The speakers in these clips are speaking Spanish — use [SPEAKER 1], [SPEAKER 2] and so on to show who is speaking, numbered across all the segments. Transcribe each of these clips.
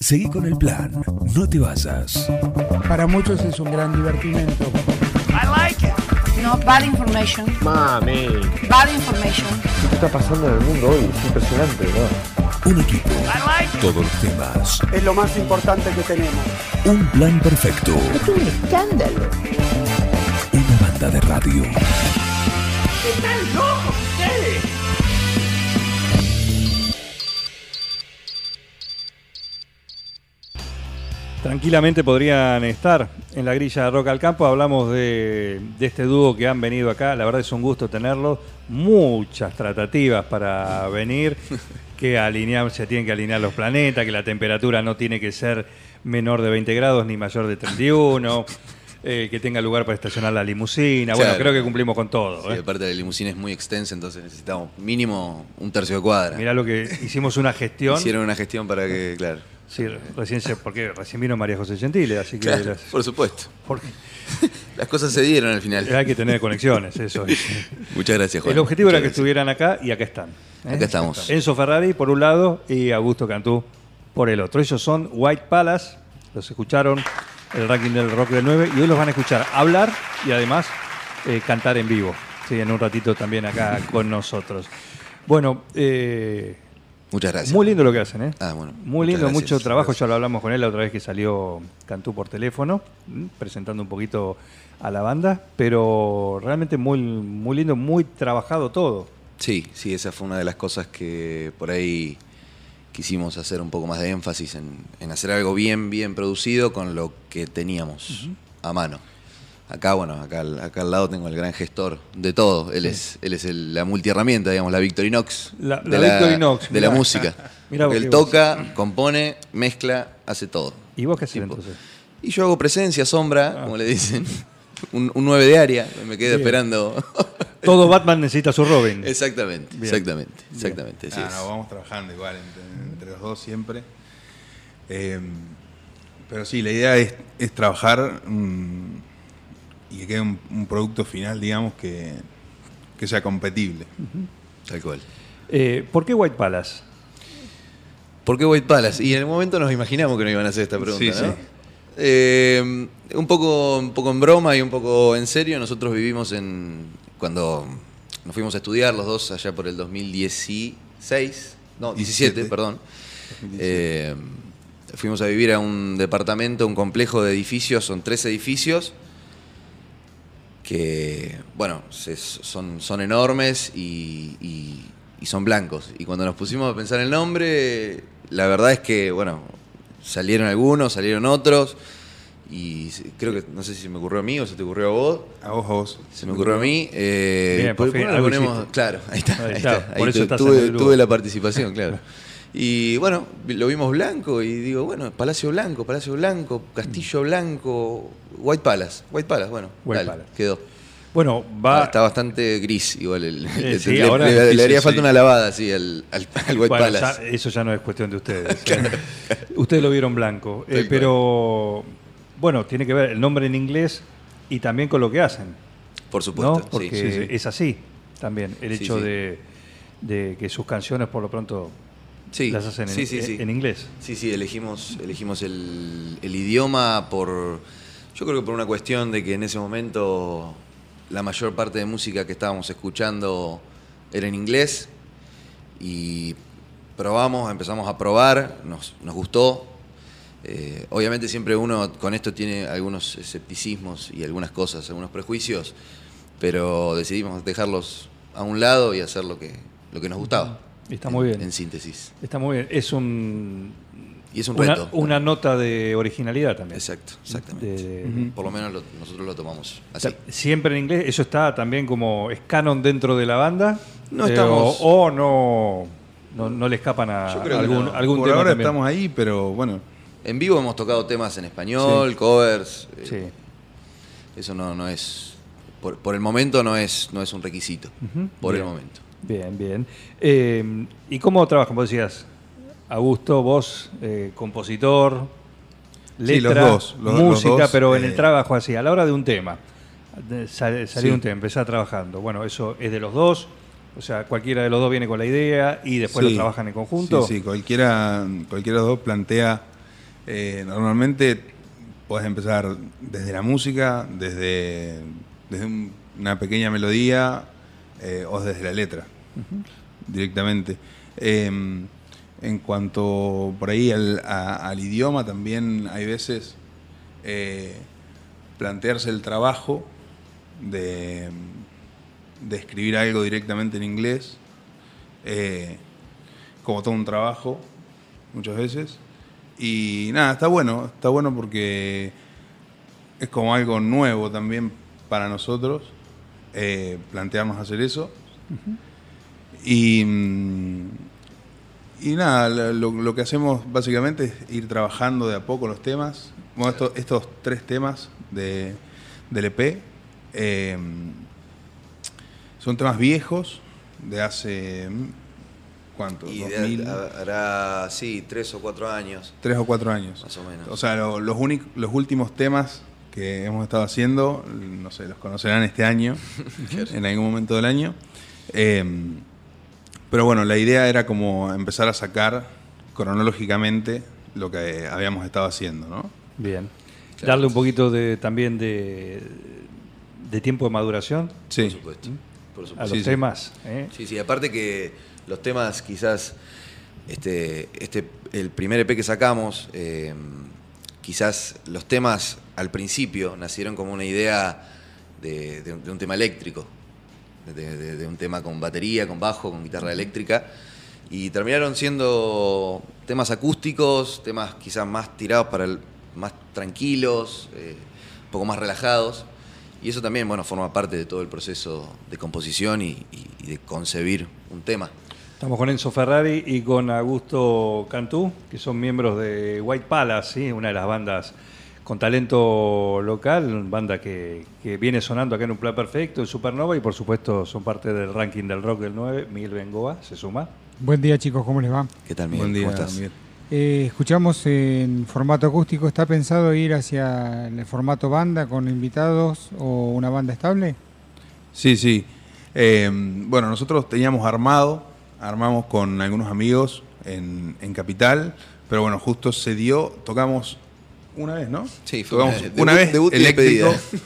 [SPEAKER 1] Seguí con el plan, no te vayas.
[SPEAKER 2] Para muchos es un gran divertimento.
[SPEAKER 3] No, bad information.
[SPEAKER 4] Mami,
[SPEAKER 3] Bad information.
[SPEAKER 4] ¿qué está pasando en el mundo hoy? Es impresionante, ¿no?
[SPEAKER 1] Un equipo, todos los temas,
[SPEAKER 5] es lo más importante que tenemos.
[SPEAKER 1] un plan perfecto,
[SPEAKER 6] Es un escándalo.
[SPEAKER 1] una banda de radio.
[SPEAKER 7] Tranquilamente podrían estar en la grilla de Rock al Campo. Hablamos de, de este dúo que han venido acá. La verdad es un gusto tenerlos. Muchas tratativas para venir. Que alinear, se tienen que alinear los planetas, que la temperatura no tiene que ser menor de 20 grados ni mayor de 31. eh, que tenga lugar para estacionar la limusina. Bueno,
[SPEAKER 8] Claro.
[SPEAKER 7] creo que cumplimos con todo.
[SPEAKER 8] Sí,
[SPEAKER 7] ¿eh?
[SPEAKER 8] aparte la limusina es muy extensa, entonces necesitamos mínimo un tercio de cuadra.
[SPEAKER 7] Mirá Ah. lo que hicimos una gestión.
[SPEAKER 8] Hicieron una gestión para que, claro.
[SPEAKER 7] Sí, recién se- porque recién vino María José Gentile, así que
[SPEAKER 8] Claro,
[SPEAKER 7] las-
[SPEAKER 8] por supuesto.
[SPEAKER 7] porque
[SPEAKER 8] Las cosas se dieron al
[SPEAKER 7] hay
[SPEAKER 8] final.
[SPEAKER 7] que tener conexiones, eso es.
[SPEAKER 8] Muchas gracias, Juan.
[SPEAKER 7] El objetivo
[SPEAKER 8] Muchas
[SPEAKER 7] era que
[SPEAKER 8] gracias.
[SPEAKER 7] estuvieran acá y acá están. ¿eh?
[SPEAKER 8] Acá estamos.
[SPEAKER 7] Enzo Ferrari por un lado y Augusto Cantú por el otro. Ellos son White Palace, los escucharon el ranking del rock del 9 y hoy los van a escuchar hablar y además eh, cantar en vivo. Sí, en un ratito también acá con nosotros. Bueno, eh,
[SPEAKER 8] Muchas gracias.
[SPEAKER 7] muy lindo lo que hacen, ¿eh?
[SPEAKER 8] Ah, bueno. Muchas
[SPEAKER 7] Muy lindo,
[SPEAKER 8] gracias.
[SPEAKER 7] mucho trabajo.
[SPEAKER 8] Gracias.
[SPEAKER 7] Ya lo hablamos con él la otra vez que salió Cantú por teléfono, ¿m? presentando un poquito a la banda, pero realmente muy, muy lindo, muy trabajado todo.
[SPEAKER 8] Sí, sí, esa fue una de las cosas que por ahí quisimos hacer un poco más de énfasis en, en hacer algo bien, bien producido con lo que teníamos a mano. Acá, bueno, acá, al- acá al lado tengo el gran gestor de todo. Él es, él es el- la multiherramienta, digamos, la Victorinox.
[SPEAKER 7] La-
[SPEAKER 8] de
[SPEAKER 7] la Victorinox,
[SPEAKER 8] De la
[SPEAKER 7] mirá.
[SPEAKER 8] música.
[SPEAKER 7] Mirá vos Mm.
[SPEAKER 8] él
[SPEAKER 7] qué
[SPEAKER 8] toca, compone, mezcla, hace todo.
[SPEAKER 7] ¿Y vos qué hacés
[SPEAKER 8] Tipo.
[SPEAKER 7] entonces?
[SPEAKER 8] Y yo hago presencia, sombra,
[SPEAKER 7] Ah.
[SPEAKER 8] como le dicen. Un, un 9 de área, me quedé esperando.
[SPEAKER 7] Todo Batman necesita su Robin.
[SPEAKER 8] Exactamente,
[SPEAKER 7] Bien.
[SPEAKER 8] exactamente, exactamente. así
[SPEAKER 9] Ah,
[SPEAKER 8] es.
[SPEAKER 9] no, vamos trabajando igual entre, entre los dos siempre. Eh, pero sí, la idea es, es trabajar mm, y que quede un, un producto final, digamos, que, que sea competible.
[SPEAKER 8] Tal cual.
[SPEAKER 7] Eh, ¿Por qué White Palace?
[SPEAKER 8] ¿Por qué White Palace? Y en el momento nos imaginamos que nos iban a hacer esta pregunta,
[SPEAKER 9] Sí,
[SPEAKER 8] ¿no?
[SPEAKER 9] sí.
[SPEAKER 8] Eh, un, poco, un poco en broma y un poco en serio, nosotros vivimos en. Cuando nos fuimos a estudiar los dos allá por el 2016, no, 17,
[SPEAKER 9] 17.
[SPEAKER 8] perdón. Eh, fuimos a vivir a un departamento, un complejo de edificios, son tres edificios que, bueno, se- son, son enormes y, y- y son blancos. Y cuando nos pusimos a pensar el nombre, la verdad es que, bueno, salieron algunos, salieron otros. Y se- creo que, no sé si se me ocurrió a mí o se te ocurrió a vos.
[SPEAKER 9] A vos, a vos.
[SPEAKER 8] Se me ocurrió a mí. eh,
[SPEAKER 7] Bien,
[SPEAKER 8] ¿por-
[SPEAKER 7] por
[SPEAKER 8] por
[SPEAKER 7] fin,
[SPEAKER 8] qué no
[SPEAKER 7] algo
[SPEAKER 8] le ponemos-
[SPEAKER 7] hiciste.
[SPEAKER 8] Claro, ahí está.
[SPEAKER 7] Ahí
[SPEAKER 8] Ahí
[SPEAKER 7] está,
[SPEAKER 8] está, ahí
[SPEAKER 7] por eso
[SPEAKER 8] tu-
[SPEAKER 7] estás en
[SPEAKER 8] tuve,
[SPEAKER 7] el grupo.
[SPEAKER 8] tuve la participación, claro. Y bueno, vi- lo vimos blanco y digo, bueno, Palacio Blanco, Palacio Blanco, Castillo Blanco, White Palace. White Palace, bueno,
[SPEAKER 7] White
[SPEAKER 8] dale,
[SPEAKER 7] Palace.
[SPEAKER 8] quedó.
[SPEAKER 7] Bueno, va.
[SPEAKER 8] Está bastante gris igual. El,
[SPEAKER 7] Eh,
[SPEAKER 8] el-
[SPEAKER 7] sí,
[SPEAKER 8] le,
[SPEAKER 7] ahora
[SPEAKER 8] le- le
[SPEAKER 7] sí, sí,
[SPEAKER 8] haría
[SPEAKER 7] sí.
[SPEAKER 8] falta una lavada así al, al- al White
[SPEAKER 7] Bueno,
[SPEAKER 8] Palace.
[SPEAKER 7] ya- eh, eso ya no es cuestión de ustedes. ¿eh? ustedes lo vieron blanco.
[SPEAKER 8] Tal
[SPEAKER 7] Eh,
[SPEAKER 8] cual.
[SPEAKER 7] pero, bueno, tiene que ver el nombre en inglés y también con lo que hacen.
[SPEAKER 8] Por supuesto.
[SPEAKER 7] ¿no?
[SPEAKER 8] sí,
[SPEAKER 7] Porque
[SPEAKER 8] sí, sí.
[SPEAKER 7] es así también el
[SPEAKER 8] Sí,
[SPEAKER 7] hecho
[SPEAKER 8] sí.
[SPEAKER 7] De, de que sus canciones por lo pronto
[SPEAKER 8] Sí,
[SPEAKER 7] las hacen en,
[SPEAKER 8] sí, sí, sí.
[SPEAKER 7] en inglés.
[SPEAKER 8] Sí, sí, elegimos, elegimos el, el idioma por. Yo creo que por una cuestión de que en ese momento la mayor parte de música que estábamos escuchando era en inglés y probamos, empezamos a probar, nos, nos gustó. Eh, obviamente siempre uno con esto tiene algunos escepticismos y algunas cosas, algunos prejuicios, pero decidimos dejarlos a un lado y hacer lo que, lo que nos gustaba.
[SPEAKER 7] Está muy
[SPEAKER 8] En-
[SPEAKER 7] bien.
[SPEAKER 8] En síntesis.
[SPEAKER 7] Está muy bien. Es un,
[SPEAKER 8] Y es un
[SPEAKER 7] una,
[SPEAKER 8] reto.
[SPEAKER 7] una nota de originalidad también.
[SPEAKER 8] Exacto, exactamente.
[SPEAKER 7] De-
[SPEAKER 8] Por lo menos lo- nosotros lo tomamos así.
[SPEAKER 7] Ta- Siempre en inglés, eso está también como es canon dentro de la banda.
[SPEAKER 8] No estamos-
[SPEAKER 7] o, o no, no, no le escapan a
[SPEAKER 8] Yo creo que
[SPEAKER 7] algún,
[SPEAKER 8] no.
[SPEAKER 7] algún
[SPEAKER 9] Por
[SPEAKER 7] tema.
[SPEAKER 9] ahora
[SPEAKER 7] también.
[SPEAKER 9] estamos ahí, pero bueno,
[SPEAKER 8] En vivo hemos tocado temas en español, covers. eh,
[SPEAKER 7] Sí.
[SPEAKER 8] Eso no, no es. Por, por el momento no es, no es un requisito. Por el momento.
[SPEAKER 7] Bien, bien. Eh, ¿Y cómo trabajan? Vos decías, Augusto, vos, eh, compositor,
[SPEAKER 9] Sí, los
[SPEAKER 7] letra,
[SPEAKER 9] dos, los- los
[SPEAKER 7] música,
[SPEAKER 9] dos,
[SPEAKER 7] pero en el
[SPEAKER 9] eh,
[SPEAKER 7] trabajo así, a la hora de un tema, de sal- salir
[SPEAKER 9] Sí.
[SPEAKER 7] un tema, empezar trabajando. Bueno, eso es de los dos, O sea, cualquiera de los dos viene con la idea y después
[SPEAKER 9] Sí.
[SPEAKER 7] lo trabajan en conjunto.
[SPEAKER 9] Sí, sí, cualquiera, cualquiera de los dos plantea. eh, normalmente puedes empezar desde la música, desde, desde un- una pequeña melodía eh, o desde la letra directamente. Eh, en cuanto por ahí al, a- al idioma, también hay veces eh, plantearse el trabajo de, de escribir algo directamente en inglés. eh, como todo un trabajo muchas veces. Y nada, está bueno, está bueno porque es como algo nuevo también para nosotros eh, plantearnos hacer eso. Y, mm, y nada, la- lo, lo que hacemos básicamente es ir trabajando de a poco los temas. Bueno, esto- estos tres temas de, del EP eh, son temas viejos de hace... mm, ¿Cuánto?
[SPEAKER 8] Y
[SPEAKER 9] 2000.
[SPEAKER 8] de- ha- hará, sí, tres o cuatro años.
[SPEAKER 9] Tres o cuatro años.
[SPEAKER 8] Más o menos.
[SPEAKER 9] O sea, lo- los, únic- los últimos temas que hemos estado haciendo, no sé, los conocerán este año, en algún momento del año. Eh, pero bueno, la idea era como empezar a sacar cronológicamente lo que habíamos estado haciendo, ¿no?
[SPEAKER 7] Bien. Darle un poquito de, también de, de tiempo de maduración
[SPEAKER 9] Sí.
[SPEAKER 8] Por supuesto. Por
[SPEAKER 7] a
[SPEAKER 8] supuesto.
[SPEAKER 7] los
[SPEAKER 9] Sí, sí.
[SPEAKER 7] temas. ¿eh?
[SPEAKER 8] Sí, sí, aparte que los temas quizás, este, este, el primer EP que sacamos, eh, quizás los temas al principio nacieron como una idea de, de un, de un tema eléctrico, de, de- de un tema con batería, con bajo, con guitarra eléctrica, y terminaron siendo temas acústicos, temas quizás más tirados para el, más tranquilos, eh, un poco más relajados. Y eso también, bueno, forma parte de todo el proceso de composición y, y- y de concebir un tema.
[SPEAKER 7] Estamos con Enzo Ferrari y con Augusto Cantú, que son miembros de White Palace, ¿sí? una de las bandas con talento local, banda que, que viene sonando acá en un plan perfecto, en Supernova, y por supuesto son parte del ranking del rock del 9, Miguel Bengoa se suma.
[SPEAKER 2] Buen día chicos, ¿cómo les va?
[SPEAKER 8] ¿Qué tal, Miguel?
[SPEAKER 9] Buen día,
[SPEAKER 8] ¿Cómo estás?
[SPEAKER 9] Miguel.
[SPEAKER 2] Eh, escuchamos en formato acústico, ¿está pensado ir hacia el formato banda con invitados o una banda estable?
[SPEAKER 9] Sí, sí. Eh, bueno, nosotros teníamos armado, armamos con algunos amigos en, en Capital, pero bueno, justo se dio, tocamos una vez, ¿no?
[SPEAKER 8] Sí, fue
[SPEAKER 9] Tocamos
[SPEAKER 8] una vez.
[SPEAKER 9] una
[SPEAKER 8] Debut-
[SPEAKER 9] vez
[SPEAKER 8] debut y
[SPEAKER 9] eléctrico.
[SPEAKER 8] despedida.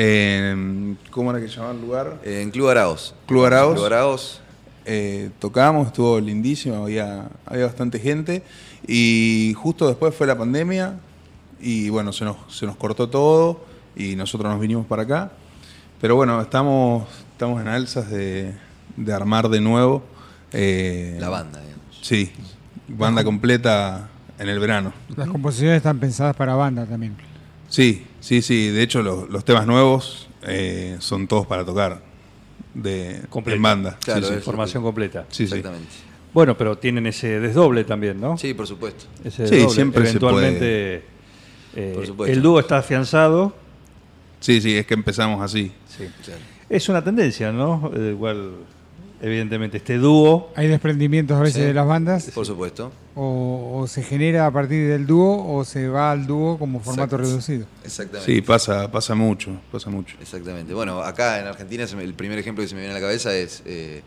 [SPEAKER 9] En- ¿Cómo era que se llamaba el lugar?
[SPEAKER 8] Eh, En Club Araos.
[SPEAKER 9] Club Araos.
[SPEAKER 8] Club Araos.
[SPEAKER 9] Eh, tocamos, estuvo lindísimo, había, había bastante gente y justo después fue la pandemia y bueno, se nos, se nos cortó todo y nosotros nos vinimos para acá. Pero bueno, estamos, estamos en alzas de, de armar de nuevo. eh,
[SPEAKER 8] La banda, digamos.
[SPEAKER 9] Sí, banda completa en el verano.
[SPEAKER 2] Las composiciones están pensadas para banda también.
[SPEAKER 9] Sí, sí, sí, de hecho los, los temas nuevos eh, son todos para tocar de,
[SPEAKER 7] Completo.
[SPEAKER 9] en banda.
[SPEAKER 8] Claro,
[SPEAKER 9] Sí, sí.
[SPEAKER 8] es-
[SPEAKER 7] Formación completa.
[SPEAKER 9] Sí, sí.
[SPEAKER 8] Exactamente.
[SPEAKER 7] Bueno, pero tienen ese desdoble también, ¿no?
[SPEAKER 8] Sí, por supuesto.
[SPEAKER 7] Ese
[SPEAKER 9] Sí,
[SPEAKER 7] desdoble.
[SPEAKER 9] siempre se
[SPEAKER 7] Eventualmente, eh,
[SPEAKER 8] Por supuesto.
[SPEAKER 7] el dúo está afianzado.
[SPEAKER 9] sí, sí, es que empezamos así.
[SPEAKER 7] Sí.
[SPEAKER 8] Claro.
[SPEAKER 7] Es una tendencia, ¿no? Eh, igual, evidentemente, este dúo
[SPEAKER 2] ¿Hay desprendimientos a veces
[SPEAKER 8] Sí.
[SPEAKER 2] de las bandas?
[SPEAKER 8] Por supuesto.
[SPEAKER 2] O, o se genera a partir del dúo o se va al dúo como formato
[SPEAKER 8] Exacto.
[SPEAKER 2] reducido?
[SPEAKER 8] Exactamente.
[SPEAKER 9] Sí, pasa, pasa mucho, pasa mucho.
[SPEAKER 8] Exactamente. Bueno, acá en Argentina se me- el primer ejemplo que se me viene a la cabeza es eh,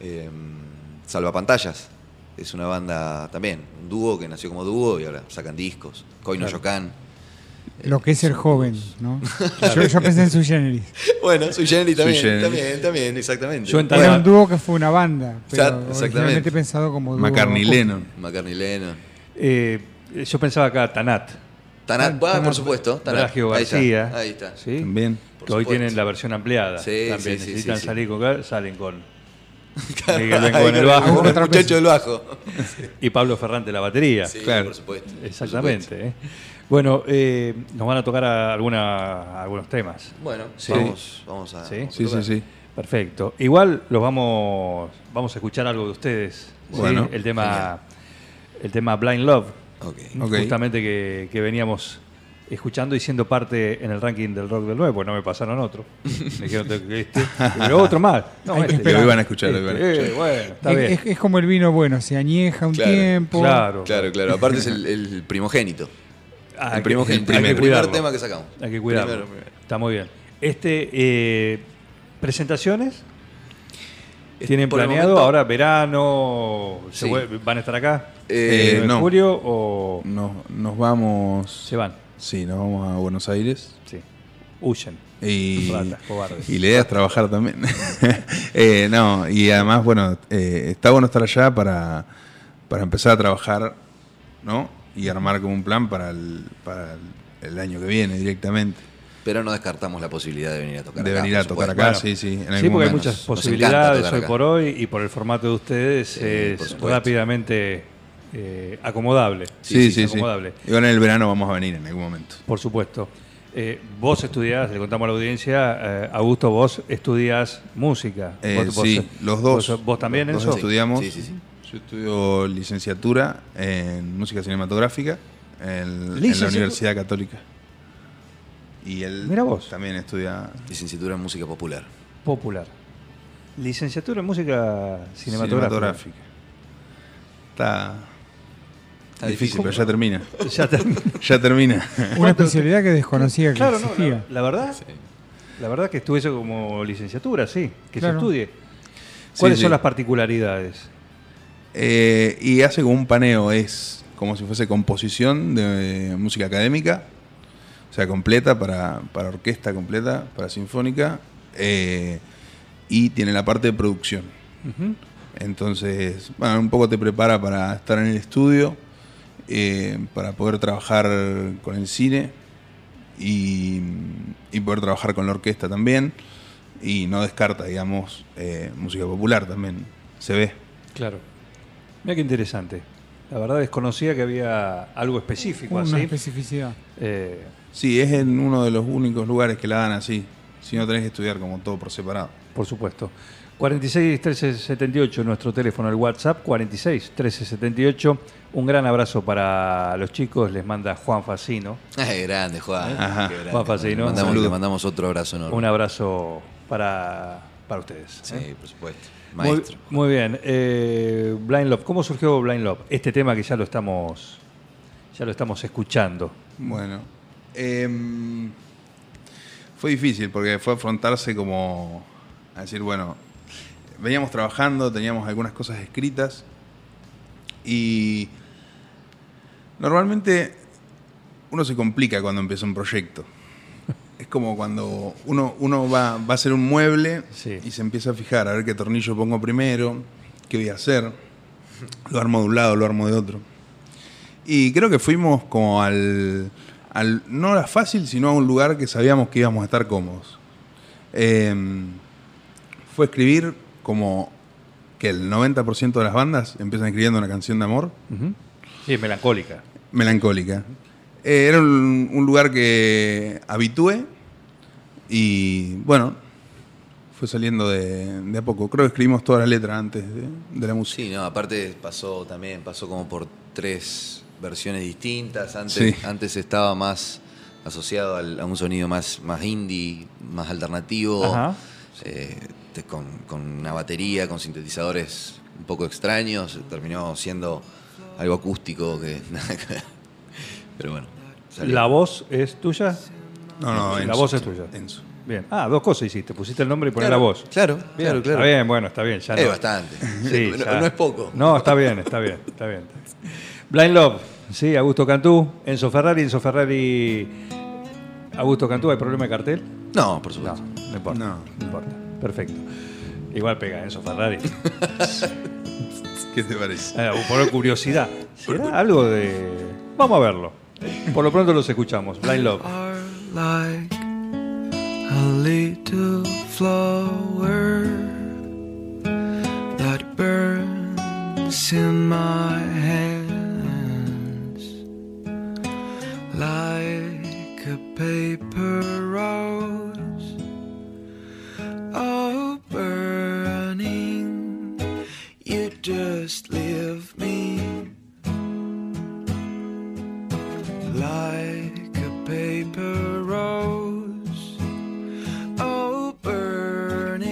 [SPEAKER 8] em, Salvapantallas. Es una banda también, un dúo que nació como dúo y ahora sacan discos. Coino Yocan.
[SPEAKER 2] Lo que es ser joven, ¿no? Yo, yo pensé en su generis.
[SPEAKER 8] Bueno, Sui Generis
[SPEAKER 9] Sui
[SPEAKER 8] también,
[SPEAKER 9] Generis.
[SPEAKER 8] también, también, exactamente.
[SPEAKER 7] Yo en
[SPEAKER 2] Era un
[SPEAKER 7] Bueno.
[SPEAKER 2] dúo que fue una banda, pero
[SPEAKER 8] Exact- exactamente.
[SPEAKER 2] originalmente pensado como dúo.
[SPEAKER 9] McCartney Lennon.
[SPEAKER 8] McCartney Lennon.
[SPEAKER 7] Eh, yo pensaba acá Tanat,
[SPEAKER 8] Tanat,
[SPEAKER 2] Tan-
[SPEAKER 8] ah,
[SPEAKER 2] Tanat.
[SPEAKER 8] por supuesto. Tanat.
[SPEAKER 7] Dragio
[SPEAKER 8] Ahí está,
[SPEAKER 7] García.
[SPEAKER 8] Ahí está.
[SPEAKER 7] ¿sí?
[SPEAKER 9] También.
[SPEAKER 8] Por
[SPEAKER 7] Que hoy
[SPEAKER 8] supuesto.
[SPEAKER 7] tienen la versión ampliada.
[SPEAKER 8] Sí,
[SPEAKER 7] también
[SPEAKER 8] sí, sí,
[SPEAKER 7] necesitan
[SPEAKER 8] sí, sí.
[SPEAKER 7] salir con salen con
[SPEAKER 8] Ahí
[SPEAKER 7] Miguel Bengoa en el
[SPEAKER 8] está,
[SPEAKER 7] bajo.
[SPEAKER 8] con el muchacho del bajo.
[SPEAKER 7] y Pablo Ferrante la batería.
[SPEAKER 8] Sí,
[SPEAKER 9] Claro.
[SPEAKER 8] por supuesto. por supuesto.
[SPEAKER 7] Exactamente. ¿eh? Bueno, eh, nos van a tocar a alguna, a algunos temas.
[SPEAKER 8] Bueno,
[SPEAKER 7] Sí.
[SPEAKER 8] vamos, vamos a.
[SPEAKER 7] Sí.
[SPEAKER 8] vamos a
[SPEAKER 9] Sí, sí,
[SPEAKER 8] tocar.
[SPEAKER 9] sí.
[SPEAKER 7] Perfecto. Igual los vamos vamos a escuchar algo de ustedes. ¿sí?
[SPEAKER 9] Bueno.
[SPEAKER 7] el tema el tema Blind Love.
[SPEAKER 8] Ok.
[SPEAKER 9] Ok.
[SPEAKER 7] Justamente que, que veníamos escuchando y siendo parte en el ranking del rock del 9, pues no me pasaron otro. Me dijeron que este, pero otro más. No,
[SPEAKER 2] Hay que
[SPEAKER 7] este.
[SPEAKER 2] esperar. Lo
[SPEAKER 9] iban a escuchar, lo iban a
[SPEAKER 7] Este,
[SPEAKER 9] escuchar.
[SPEAKER 7] eh, bueno, está
[SPEAKER 2] Es,
[SPEAKER 7] bien.
[SPEAKER 2] es- es como el vino bueno, se añeja un
[SPEAKER 8] Claro,
[SPEAKER 2] tiempo.
[SPEAKER 7] claro.
[SPEAKER 8] Claro, claro. Aparte es el, el primogénito.
[SPEAKER 7] Ah, hay
[SPEAKER 8] el
[SPEAKER 7] que-
[SPEAKER 8] primogénito.
[SPEAKER 7] hay
[SPEAKER 8] El,
[SPEAKER 7] que
[SPEAKER 8] primer
[SPEAKER 7] cuidarlo.
[SPEAKER 8] tema que sacamos.
[SPEAKER 7] Hay que cuidarlo.
[SPEAKER 8] Primero, primero.
[SPEAKER 7] Está muy bien. Este, eh, presentaciones,
[SPEAKER 8] Es-
[SPEAKER 7] ¿Tienen
[SPEAKER 8] por el
[SPEAKER 7] planeado
[SPEAKER 8] momento,
[SPEAKER 7] ahora verano? se
[SPEAKER 8] Sí.
[SPEAKER 7] vuel- ¿Van a estar acá?
[SPEAKER 8] Eh,
[SPEAKER 7] ¿En
[SPEAKER 9] no.
[SPEAKER 7] julio o
[SPEAKER 9] Nos, nos vamos.
[SPEAKER 7] se van?
[SPEAKER 9] Sí, nos vamos a Buenos Aires.
[SPEAKER 7] Sí. Huyen.
[SPEAKER 9] Y,
[SPEAKER 7] Ratas, cobardes.
[SPEAKER 9] y la idea es trabajar también. Eh, no, y además, bueno, eh, está bueno estar allá para, para empezar a trabajar, ¿no? Y armar como un plan para el, para el, el año que viene directamente.
[SPEAKER 8] Pero no descartamos la posibilidad de venir a tocar
[SPEAKER 9] De
[SPEAKER 8] acá.
[SPEAKER 9] venir
[SPEAKER 8] por
[SPEAKER 9] a tocar
[SPEAKER 8] supuesto.
[SPEAKER 9] acá, sí, sí. En
[SPEAKER 7] Sí,
[SPEAKER 9] algún
[SPEAKER 7] porque hay
[SPEAKER 9] momento.
[SPEAKER 7] muchas
[SPEAKER 8] nos encanta
[SPEAKER 7] posibilidades
[SPEAKER 8] tocar
[SPEAKER 7] hoy
[SPEAKER 8] acá.
[SPEAKER 7] por hoy y por el formato de ustedes
[SPEAKER 8] por
[SPEAKER 7] es
[SPEAKER 8] supuesto.
[SPEAKER 7] rápidamente eh, acomodable.
[SPEAKER 9] Sí,
[SPEAKER 8] sí,
[SPEAKER 9] sí, sí.
[SPEAKER 7] acomodable.
[SPEAKER 9] Y ahora en el verano vamos a venir en algún momento.
[SPEAKER 7] Por supuesto. Eh, vos estudiás, le contamos a la audiencia, eh, Augusto, vos estudiás música.
[SPEAKER 9] Eh,
[SPEAKER 7] Vos- vos-
[SPEAKER 9] sí, los dos.
[SPEAKER 7] ¿Vos, vos también,
[SPEAKER 9] Los dos
[SPEAKER 7] Enzo?
[SPEAKER 9] estudiamos.
[SPEAKER 8] Sí, sí, sí.
[SPEAKER 9] Yo estudio licenciatura en música cinematográfica en, en la
[SPEAKER 7] Licenciatura-
[SPEAKER 9] Universidad Católica. Y él
[SPEAKER 7] Mira vos.
[SPEAKER 9] también estudia
[SPEAKER 8] Licenciatura en música popular.
[SPEAKER 7] Popular. Licenciatura en música cinematográfica.
[SPEAKER 9] Está,
[SPEAKER 8] Está
[SPEAKER 9] difícil,
[SPEAKER 8] difícil,
[SPEAKER 9] pero ya termina.
[SPEAKER 7] Ya terminé.
[SPEAKER 9] Ya termina.
[SPEAKER 2] Una especialidad que desconocía que
[SPEAKER 7] Claro, no,
[SPEAKER 2] existía.
[SPEAKER 7] la, la verdad, la verdad que estuve eso como licenciatura, sí, que
[SPEAKER 2] Claro.
[SPEAKER 7] se estudie. ¿Cuáles
[SPEAKER 9] sí.
[SPEAKER 7] son las particularidades?
[SPEAKER 9] Eh, y hace como un paneo, es como si fuese composición de eh, música académica, o sea, completa para, para orquesta completa, para sinfónica, eh, y tiene la parte de producción. Entonces, bueno, un poco te prepara para estar en el estudio, eh, para poder trabajar con el cine y, y poder trabajar con la orquesta también, y no descarta, digamos, eh, música popular también, se ve.
[SPEAKER 7] Claro. Mira qué interesante. La verdad desconocía que había algo específico
[SPEAKER 2] Una
[SPEAKER 7] así.
[SPEAKER 2] especificidad.
[SPEAKER 7] Eh,
[SPEAKER 9] Sí, es en uno de los únicos lugares que la dan así. Si no tenés que estudiar como todo por separado.
[SPEAKER 7] por supuesto. 46 1378, nuestro teléfono, el WhatsApp, 46 1378. Un gran abrazo para los chicos, les manda Juan Facino.
[SPEAKER 8] Ay, grande, Juan.
[SPEAKER 9] Ajá.
[SPEAKER 8] Qué grande.
[SPEAKER 7] Papá, sí, ¿no?
[SPEAKER 8] Le mandamos,
[SPEAKER 9] Saludo.
[SPEAKER 8] le mandamos otro abrazo enorme.
[SPEAKER 7] Un abrazo para, para ustedes.
[SPEAKER 8] Sí,
[SPEAKER 7] ¿eh?
[SPEAKER 8] por supuesto.
[SPEAKER 7] Muy-
[SPEAKER 8] Maestro.
[SPEAKER 7] Muy, bien. Eh, Blind Love. ¿Cómo surgió Blind Love? Este tema que ya lo estamos, ya lo estamos escuchando.
[SPEAKER 9] Bueno. em, fue difícil porque fue afrontarse como a decir, bueno, veníamos trabajando, teníamos algunas cosas escritas y normalmente uno se complica cuando empieza un proyecto. Es como cuando uno, uno va, va a hacer un mueble
[SPEAKER 7] Sí.
[SPEAKER 9] y se empieza a fijar a ver qué tornillo pongo primero, qué voy a hacer, lo armo de un lado, lo armo de otro. Y creo que fuimos como al, al- no a la fácil, sino a un lugar que sabíamos que íbamos a estar cómodos. Eh, fue escribir como que el 90% de las bandas empiezan escribiendo una canción de amor
[SPEAKER 7] Sí, melancólica.
[SPEAKER 9] melancólica. Eh, era un, un lugar que habitué y bueno, fue saliendo de, de a poco. Creo que escribimos todas las letras antes de, de la música.
[SPEAKER 8] Sí, no, aparte pasó también, pasó como por tres versiones distintas. Antes,
[SPEAKER 9] Sí.
[SPEAKER 8] antes estaba más asociado al- a un sonido más, más indie, más alternativo,
[SPEAKER 7] Ajá.
[SPEAKER 8] eh, te- con, con una batería, con sintetizadores un poco extraños. Terminó siendo algo acústico que nada que ver. Pero bueno, salió.
[SPEAKER 7] ¿La voz es tuya?
[SPEAKER 9] No, no,
[SPEAKER 7] La
[SPEAKER 9] Enzo.
[SPEAKER 7] voz es tuya.
[SPEAKER 9] Enzo.
[SPEAKER 7] Bien. Ah, dos cosas hiciste. Pusiste el nombre y poné
[SPEAKER 8] Claro,
[SPEAKER 7] la voz.
[SPEAKER 8] Claro, claro, claro.
[SPEAKER 7] Está bien, bueno, está bien. Ya
[SPEAKER 8] Es
[SPEAKER 7] no-
[SPEAKER 8] bastante.
[SPEAKER 7] Sí,
[SPEAKER 8] no,
[SPEAKER 7] ya.
[SPEAKER 8] no es poco.
[SPEAKER 7] No, está bien, está bien, está bien. Blind Love, sí, Augusto Cantú, Enzo Ferrari, Enzo Ferrari, Augusto Cantú, ¿hay problema de cartel?
[SPEAKER 8] No, por
[SPEAKER 7] No,
[SPEAKER 8] supuesto.
[SPEAKER 7] no importa. No,
[SPEAKER 9] No.
[SPEAKER 7] importa. Perfecto. Igual pega Enzo Ferrari.
[SPEAKER 9] ¿Qué te parece?
[SPEAKER 7] Eh, por curiosidad. ¿Será algo de.? Vamos a verlo. Por lo pronto los escuchamos. Blind Love.
[SPEAKER 6] are like a little flower that burns in my hands like a paper rose. Oh, burning, you just leave me like a paper rose. Oh, burning.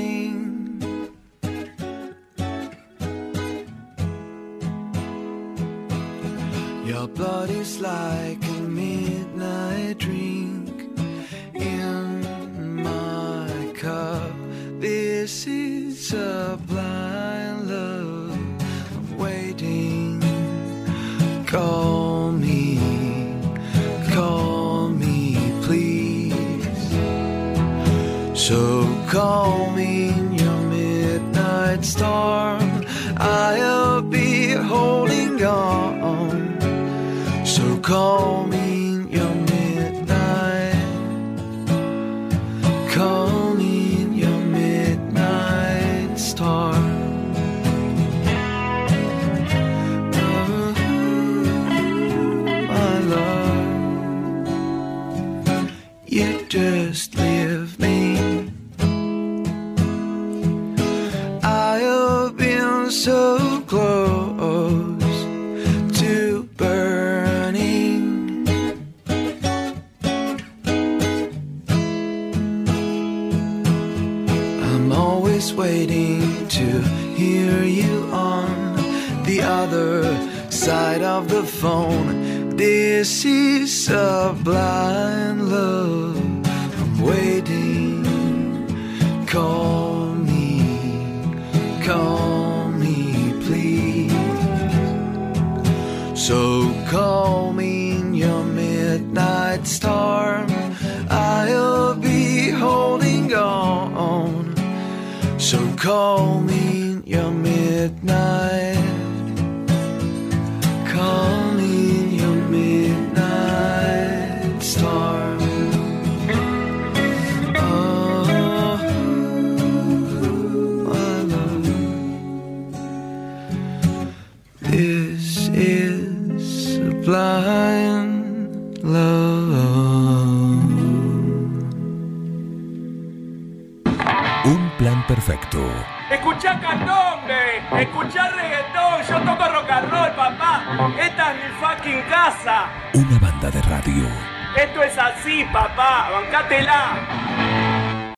[SPEAKER 6] Your blood is like a midnight drink in my cup. This is a blind. Call me, call me, please. So call me in your midnight storm. I'll be holding on. So call me in your midnight. Call me in your midnight storm. Mm-hmm. my love. You just leave me. I've been so close to burning. I'm always waiting to hear you on the other side of the phone. This is a blind love. I'm waiting. Call me, call me, please. So call me in your midnight storm. I'll be holding on. So call me in your midnight. Call me in your midnight storm. Oh, my love. This is a blind love.
[SPEAKER 1] Un plan perfecto.
[SPEAKER 10] Escuchá candombe, escuchá reggaetón, yo toco rock and roll, papá. Esta es mi fucking casa.
[SPEAKER 1] Una banda de radio.
[SPEAKER 10] Esto es así, papá. Bancátela.